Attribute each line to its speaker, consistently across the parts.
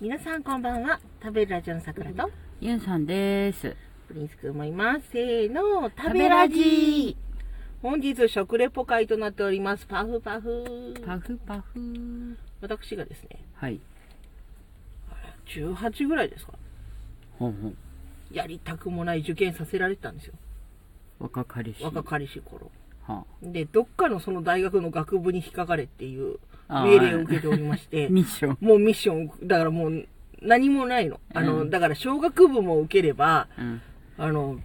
Speaker 1: 皆さんこんばんは食べるラジオのさくらと
Speaker 2: ゆんさんです。
Speaker 1: プリンスくんもいますせーの食べラジ本日食レポ会となっておりますパフパフ
Speaker 2: パフパフ。
Speaker 1: 私がですね
Speaker 2: はい。
Speaker 1: 18ぐらいですか
Speaker 2: ほんほん。
Speaker 1: やりたくもない受験させられてたんですよ
Speaker 2: 若かりし。
Speaker 1: 若かりし頃
Speaker 2: は
Speaker 1: でどっかのその大学の学部に引っかかれっていう
Speaker 2: あ
Speaker 1: 命令を受けておりまし
Speaker 2: あ
Speaker 1: て
Speaker 2: ミッション。
Speaker 1: もうミッションだからもう何もないのあの、だから小学部も受ければ
Speaker 2: うん。
Speaker 1: あの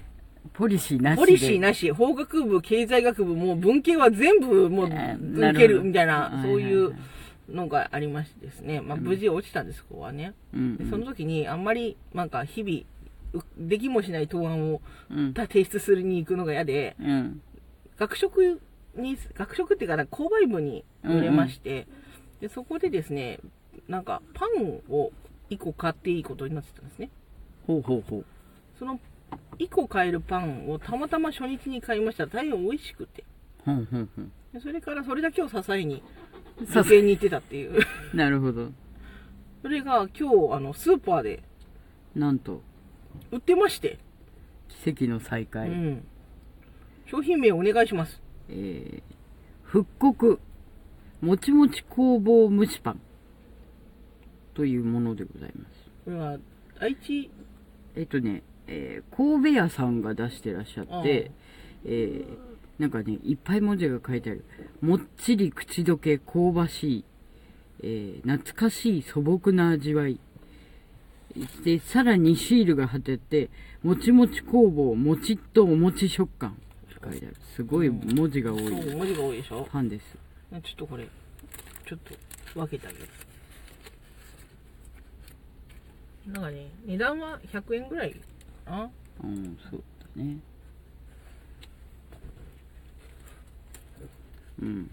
Speaker 2: ポリシーなしで。
Speaker 1: ポリシーなし、法学部、経済学部、もう文系は全部もう
Speaker 2: えー
Speaker 1: 受ける
Speaker 2: なるほど
Speaker 1: みたいな、
Speaker 2: はい
Speaker 1: そう
Speaker 2: はいはい
Speaker 1: いうのがありましてですね、まあ、無事落ちたんです、ここはね。
Speaker 2: うん
Speaker 1: でその時にあんまりなんか日々、うできもしない答案を
Speaker 2: うん。うん。
Speaker 1: 提出するに行くのが嫌で、
Speaker 2: うん。
Speaker 1: 学食に、学食っていうか、購買部に売れまして、で、そこでですね、なんかパンを1個買っていいことになってたんですね。
Speaker 2: ほうほうほう。
Speaker 1: その1個買えるパンをたまたま初日に買いました。大変美味しくて。
Speaker 2: ほんほんほん。
Speaker 1: でそれからそれだけを支えに
Speaker 2: さ
Speaker 1: 受験に行ってたっていう
Speaker 2: なるほど。
Speaker 1: それが今日あのスーパーで
Speaker 2: なんと、
Speaker 1: 売ってまして、
Speaker 2: 奇跡の再会。
Speaker 1: うん、商品名お願いします
Speaker 2: えー、復刻、もちもち工房蒸しパン。というものでございます。
Speaker 1: これは愛知
Speaker 2: えっとね、えー神戸屋さんが出してらっしゃって、えーなんかね、いっぱい文字が書いてある。もっちり口どけ香ばしい、えー懐かしい素朴な味わい。で、さらにシールが貼ってあって、もちもち工房、もちっとお餅食感。書いてある。すごい文字が多い
Speaker 1: そう文字が多いでしょ
Speaker 2: パンです。
Speaker 1: ちょっとこれちょっと分けてあげるなんかね値段は100円ぐらいあ
Speaker 2: うん、そうだね。うん。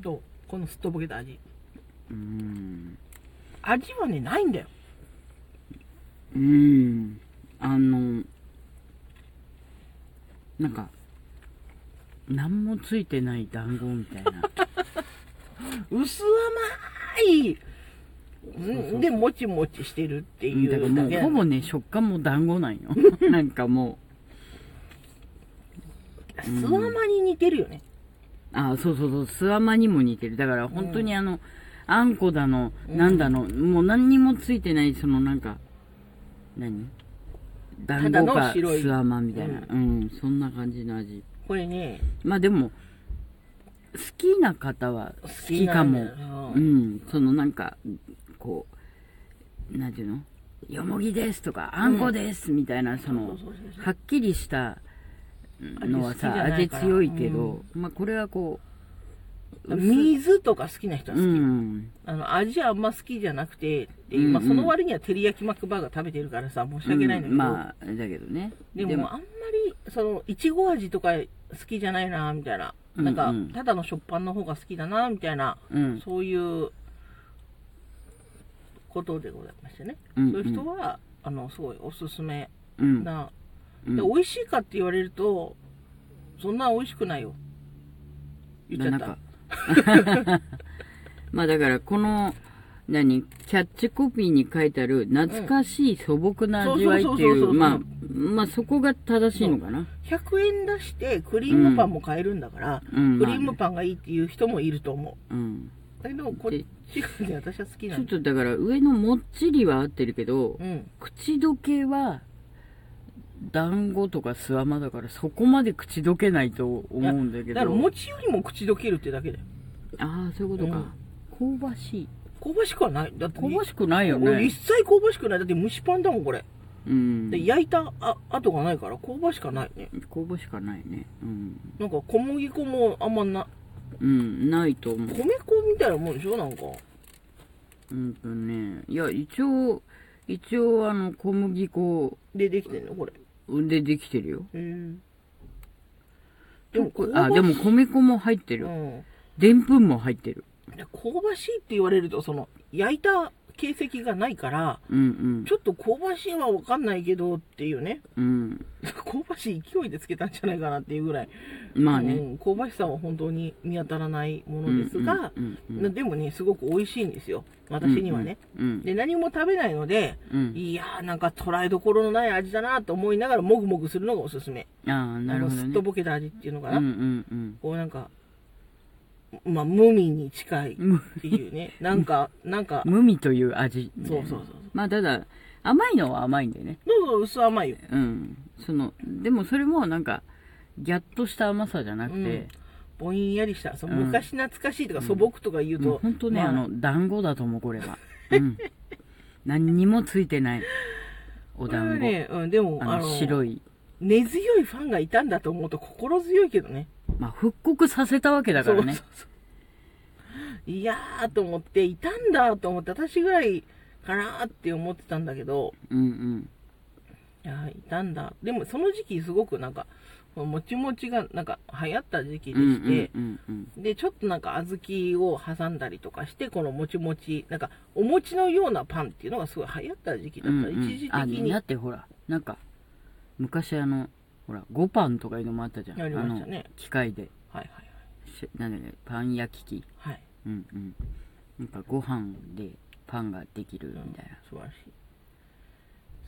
Speaker 1: どうこのすっとぼけた味
Speaker 2: うん。
Speaker 1: 味はねないんだよ
Speaker 2: うんあのなんか何もついてない団子み たいな
Speaker 1: 薄甘いうんでもちもちしてるって
Speaker 2: うん
Speaker 1: いう
Speaker 2: だ
Speaker 1: だ
Speaker 2: か
Speaker 1: け
Speaker 2: らも
Speaker 1: な
Speaker 2: う
Speaker 1: の
Speaker 2: ほぼね食感も団子なんよなんかも
Speaker 1: スワマに似てるよね。
Speaker 2: うあそうそうそうすわまにも似てるだから本当にあの、あんこだのなんだの、もう何にもついてないそのなんか何団
Speaker 1: だ
Speaker 2: 子
Speaker 1: の
Speaker 2: か
Speaker 1: 白い
Speaker 2: すわまみたいなうん、そんな感じの味
Speaker 1: これね、
Speaker 2: まあでも好きな方は好きかも
Speaker 1: 好きなんだよ
Speaker 2: う、
Speaker 1: うん
Speaker 2: そのなんかこうなんていうのよもぎですとかあんこですみたいな、その
Speaker 1: そうそうそう
Speaker 2: はっきりしたのはさ
Speaker 1: 味好きじゃない
Speaker 2: 味
Speaker 1: から
Speaker 2: 強いけど、まあこれはこう薄
Speaker 1: 水とか好きな人は
Speaker 2: う
Speaker 1: 好き。
Speaker 2: ん
Speaker 1: あの、味あんま好きじゃなくて、で
Speaker 2: うんうん
Speaker 1: まあその割には照り焼きマックバーガー食べてるからさ、申し訳ないんだけど、
Speaker 2: うんまああれだけどね
Speaker 1: でもあんまり、その、いちご味とか好きじゃないな、みたいな。なんか
Speaker 2: うんうん、
Speaker 1: ただの食パンの方が好きだな、みたいな、
Speaker 2: うん
Speaker 1: そういうことでございましてね。
Speaker 2: うんうん
Speaker 1: そういう人は、あの、すごいおすすめ
Speaker 2: うん
Speaker 1: な。
Speaker 2: うん
Speaker 1: で、美味しいかって言われると、そんな美味しくないよ。言っちゃ
Speaker 2: な
Speaker 1: っ
Speaker 2: ん
Speaker 1: た。
Speaker 2: か まあだからこの何キャッチコピーに書いてある懐かしい素朴な味わいってい
Speaker 1: そうそうそうそうそう
Speaker 2: うまあまあそこが正しいのかな
Speaker 1: 100円出してクリームパンも買えるんだから、
Speaker 2: うん
Speaker 1: クリームパンがいいっていう人もいると思
Speaker 2: うん
Speaker 1: うだけどこっちがね私は好き
Speaker 2: ち
Speaker 1: な
Speaker 2: ょっ
Speaker 1: んだ
Speaker 2: とだから上のもっちりは合ってるけど
Speaker 1: うん
Speaker 2: 口どけは団子とかすわまだからそこまで口どけないと思うんだけ
Speaker 1: だ
Speaker 2: ど
Speaker 1: から餅よりも口どけるってだけだよ
Speaker 2: ああそういうことか、香ばしい
Speaker 1: 香ばしくはないだって
Speaker 2: 香ばしくないよ
Speaker 1: 俺
Speaker 2: ね
Speaker 1: 一切香ばしくないだって蒸しパンだもんこれ
Speaker 2: うん
Speaker 1: で焼いたあ跡がないから香ばしかないね
Speaker 2: 香ばしかないねうん
Speaker 1: なんか小麦粉もあんまな
Speaker 2: うんないと思う
Speaker 1: 米粉みたいなもんでしょなんか
Speaker 2: うんとね、いや、一応、一応、あの、小麦粉
Speaker 1: でできてんのこれ
Speaker 2: でできてるよ。
Speaker 1: うんでも
Speaker 2: これ
Speaker 1: 香ばし
Speaker 2: あ、でも米粉も入って
Speaker 1: う
Speaker 2: る。
Speaker 1: ん
Speaker 2: でんぷんも入ってる。
Speaker 1: で香ばしいって言われるとその焼いた形跡がないから、
Speaker 2: うん
Speaker 1: ちょっと香ばしいはわかんないけどっていうね、
Speaker 2: うんうん
Speaker 1: 香ばしい勢いでつけたんじゃないかなっていうぐらい、
Speaker 2: まあね、
Speaker 1: うん、香ばしさは本当に見当たらないものですが、
Speaker 2: うんうんうん
Speaker 1: なでもね、すごく美味しいんですよ、私にはね。
Speaker 2: うん
Speaker 1: で、何も食べないので、
Speaker 2: うん
Speaker 1: いやー、なんか捉えどころのない味だなと思いながら、もぐもぐするのがおすすめ。
Speaker 2: ああなるほど
Speaker 1: あのすっ
Speaker 2: ね
Speaker 1: とぼけた味っていうのか
Speaker 2: うん
Speaker 1: な。
Speaker 2: うん
Speaker 1: こうなんか、まあ、無味に近いっ
Speaker 2: うん
Speaker 1: ていうね。なんか、なんか、
Speaker 2: 無味という味みたい
Speaker 1: そう
Speaker 2: な
Speaker 1: そうそう。
Speaker 2: まあただ甘いのは甘いんだよね
Speaker 1: どうぞ薄甘いよ。
Speaker 2: うんそのでもそれもなんかギャッとした甘さじゃなくて、
Speaker 1: ぼんやりした。その
Speaker 2: うん
Speaker 1: 昔懐かしいとか素朴とか言う
Speaker 2: もう
Speaker 1: と。
Speaker 2: 本当ね、
Speaker 1: ま
Speaker 2: あ、の団子だと思うこれは、 うん、何にもついてないお
Speaker 1: これは
Speaker 2: 団子、
Speaker 1: ね、うん、でも、
Speaker 2: あの白い
Speaker 1: 根強いファンがいたんだと思うと心強いけどね。
Speaker 2: まあ復刻させたわけだからね
Speaker 1: そうそうそういやーと思って、いたんだと思って、私ぐらいかなーって思ってたんだけど、
Speaker 2: うんうん
Speaker 1: いやーいたんだ。でもその時期すごくなんか、もちもちがなんか流行った時期で
Speaker 2: うん
Speaker 1: して、
Speaker 2: うんうん
Speaker 1: で、ちょっとなんか小豆を挟んだりとかして、このもちもち、なんかお餅のようなパンっていうのがすごい流行った時期だ
Speaker 2: う
Speaker 1: っ
Speaker 2: ん
Speaker 1: た。
Speaker 2: うん
Speaker 1: 一時的
Speaker 2: あ
Speaker 1: に
Speaker 2: だってほらなんか昔あのほらごパンとかいうのもあったじゃん
Speaker 1: やりましたね
Speaker 2: あの機械で
Speaker 1: はいはい
Speaker 2: しなんだっけパン焼き器
Speaker 1: はい。はい。
Speaker 2: うんうんなんかご飯でパンができる
Speaker 1: うん
Speaker 2: みたいな、
Speaker 1: 素晴らしい。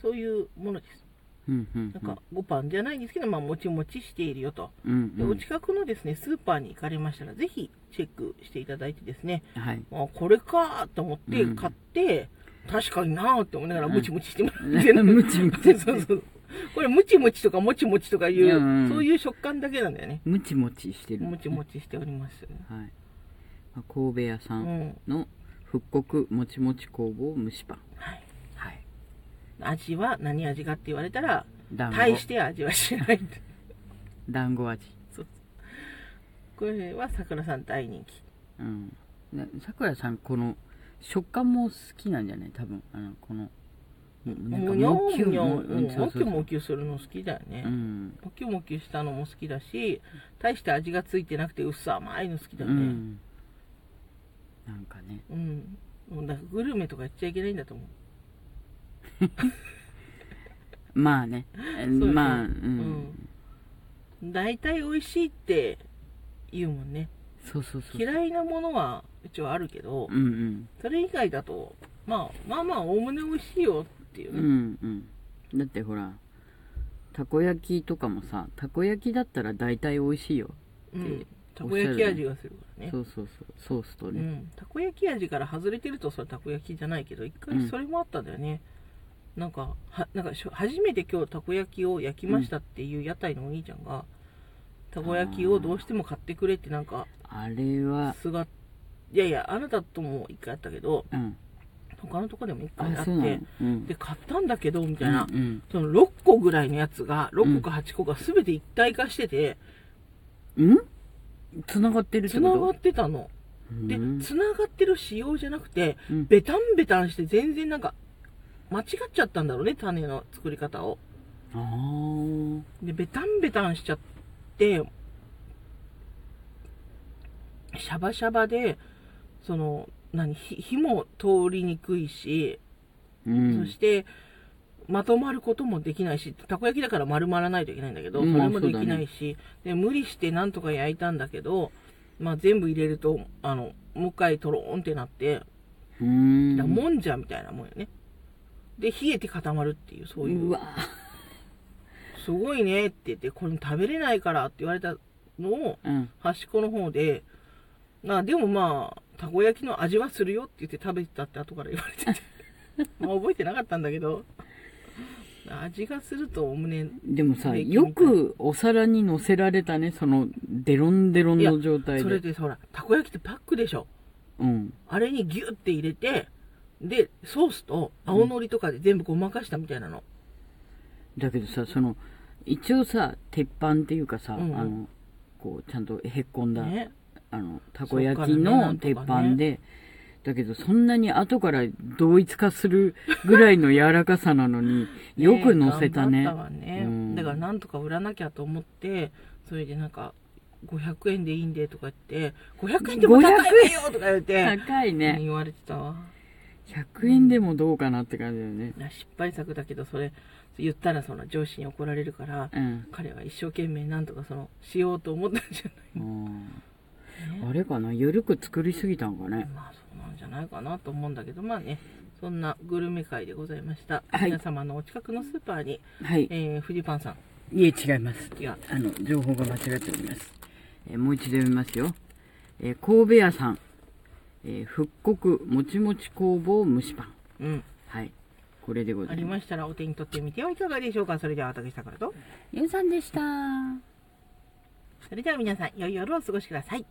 Speaker 1: そういうものです。
Speaker 2: うんうん
Speaker 1: なんか、ごパンじゃないんですけど、まあ、もちもちしているよと。
Speaker 2: うん
Speaker 1: で
Speaker 2: うん
Speaker 1: お近くのですね、スーパーに行かれましたら、ぜひチェックしていただいてですね、
Speaker 2: はい
Speaker 1: あこれかと思って
Speaker 2: うん
Speaker 1: 買って、確かになーって思いながら、ムチムチしてもらって、
Speaker 2: ムチム チ
Speaker 1: そうそう。これ、ムチムチとかもちもちとかいう、
Speaker 2: うんうん
Speaker 1: そういう食感だけなんだよね。
Speaker 2: ムチムチしてる
Speaker 1: もちもちしております。
Speaker 2: はいまあ神戸屋さ
Speaker 1: うんん。
Speaker 2: の復刻もちもち工房蒸しパン
Speaker 1: はい。
Speaker 2: はい
Speaker 1: 味は何味かって言われたら、
Speaker 2: 団
Speaker 1: 大し
Speaker 2: 子
Speaker 1: て味はしない。
Speaker 2: 団子味
Speaker 1: これは桜さん大人気。
Speaker 2: うんねさくらさんこの食感も好きなんじゃない多分あのこのもなんか
Speaker 1: もにょ
Speaker 2: も
Speaker 1: ー
Speaker 2: きゅ
Speaker 1: もにょ
Speaker 2: も
Speaker 1: ー、うん
Speaker 2: うんそ
Speaker 1: も
Speaker 2: う
Speaker 1: き
Speaker 2: そ
Speaker 1: ゅ
Speaker 2: うそう
Speaker 1: もきゅするの好きだよね。
Speaker 2: うん
Speaker 1: モキュモキュしたのも好きだし大して味がついてなくて薄甘いの好き
Speaker 2: う
Speaker 1: だね
Speaker 2: んなんかね
Speaker 1: うん、もうだからグルメとか言っちゃいけないんだと思う
Speaker 2: まあね
Speaker 1: そうよね
Speaker 2: まあう
Speaker 1: うん大体美味しいって言うもんね
Speaker 2: そうそうそう
Speaker 1: 嫌いなものは一応あるけど
Speaker 2: うんうん
Speaker 1: それ以外だと、まあ、まあまあおおむね美味しいよっていう
Speaker 2: う
Speaker 1: ね、
Speaker 2: んうんだってほらたこ焼きとかもさたこ焼きだったら大体美味しいよ
Speaker 1: うん
Speaker 2: うん
Speaker 1: たこ焼き味がするからね
Speaker 2: そうそうそうソースと
Speaker 1: う
Speaker 2: ね
Speaker 1: ん、たこ焼き味から外れてるとそれたこ焼きじゃないけど一
Speaker 2: うん
Speaker 1: 回それもあったんだよね、なんかはなんかしょ初めて今日たこ焼きを焼きましたっていう屋台のお兄ちゃんが、たこ焼きをどうしても買ってくれってなんか
Speaker 2: あれは
Speaker 1: すがいやいやあなたとも一回あったけど
Speaker 2: うん
Speaker 1: 他のとこでも一
Speaker 2: あ
Speaker 1: 回あっ
Speaker 2: そうなの
Speaker 1: て
Speaker 2: うん
Speaker 1: で買ったんだけどみたいな、
Speaker 2: うんうん
Speaker 1: その6個ぐらいのやつが6個か8個が全て一体化してて
Speaker 2: ん繋がってるって
Speaker 1: 繋
Speaker 2: こと
Speaker 1: がってたの、で
Speaker 2: うん
Speaker 1: 繋がってる仕様じゃなくて
Speaker 2: うん
Speaker 1: ベタンベタンして全然なんか間違っちゃったんだろうね種の作り方を
Speaker 2: あー
Speaker 1: でベタンベタンしちゃってシャバシャバでその何火火も通りにくいし、
Speaker 2: うん
Speaker 1: そしてまとまることもできないしたこ焼きだから丸まらないといけないんだけど、
Speaker 2: うん
Speaker 1: そ
Speaker 2: まあ
Speaker 1: れもできないし、で無理してなんとか焼いたんだけど、まあ、全部入れるとあのもう一回とろーんってなって
Speaker 2: うーん
Speaker 1: だからもんじゃみたいなもんよねで冷えて固まるっていうそういうう
Speaker 2: わ
Speaker 1: すごいねって言ってこれ食べれないからって言われたのを
Speaker 2: うん
Speaker 1: 端っこの方でまあでもまあたこ焼きの味はするよって言って食べてたって後から言われて てまあ覚えてなかったんだけど味がするとおむね
Speaker 2: でもさ
Speaker 1: 平気みたい
Speaker 2: よくお皿に乗せられたねそのデロンデロンの状態
Speaker 1: そ
Speaker 2: で
Speaker 1: れでほらたこ焼きってパックでしょ
Speaker 2: うん
Speaker 1: あれにギュッて入れてでソースと青のりとかで全部ごまかしたみたいなの、
Speaker 2: だけどさその一応さ鉄板っていうかさ、
Speaker 1: うんうん
Speaker 2: あのこうちゃんとへっこんだ、
Speaker 1: ね
Speaker 2: あのたこ焼きの鉄板で、だけどそんなに後から同一化するぐらいの柔らかさなの に
Speaker 1: ね
Speaker 2: よく乗せたね
Speaker 1: 頑張ったわね
Speaker 2: うん
Speaker 1: だからなんとか売らなきゃと思ってそれでなんか500円でいいんでとか言って500円でも高いわよとか言って
Speaker 2: 高いね
Speaker 1: 言われてたわ
Speaker 2: 100円でもどうかなって感じだよね
Speaker 1: な失敗作だけどそれ言ったらその上司に怒られるから、
Speaker 2: うん
Speaker 1: 彼は一生懸命なんとかそのしようと思ったんじゃない
Speaker 2: あーあれかな緩く作りすぎたんかね
Speaker 1: まあそうなんじゃないかなと思うんだけどまあねそんなグルメ会でございました、
Speaker 2: はい
Speaker 1: 皆様のお近くのスーパーに、
Speaker 2: はい
Speaker 1: えー、フジパンさん
Speaker 2: いえ違います
Speaker 1: が
Speaker 2: あの情報が間違っております、えーもう一度読みますよ、えー神戸屋さん、えー復刻もちもち工房蒸しパン
Speaker 1: うん、
Speaker 2: はいこれでござ
Speaker 1: あ
Speaker 2: い
Speaker 1: り
Speaker 2: ます
Speaker 1: ましたらお手に取ってみてはいかがでしょうかそれでは私さからと
Speaker 2: ゆうさんでした
Speaker 1: それでは皆さん良い夜をお過ごしください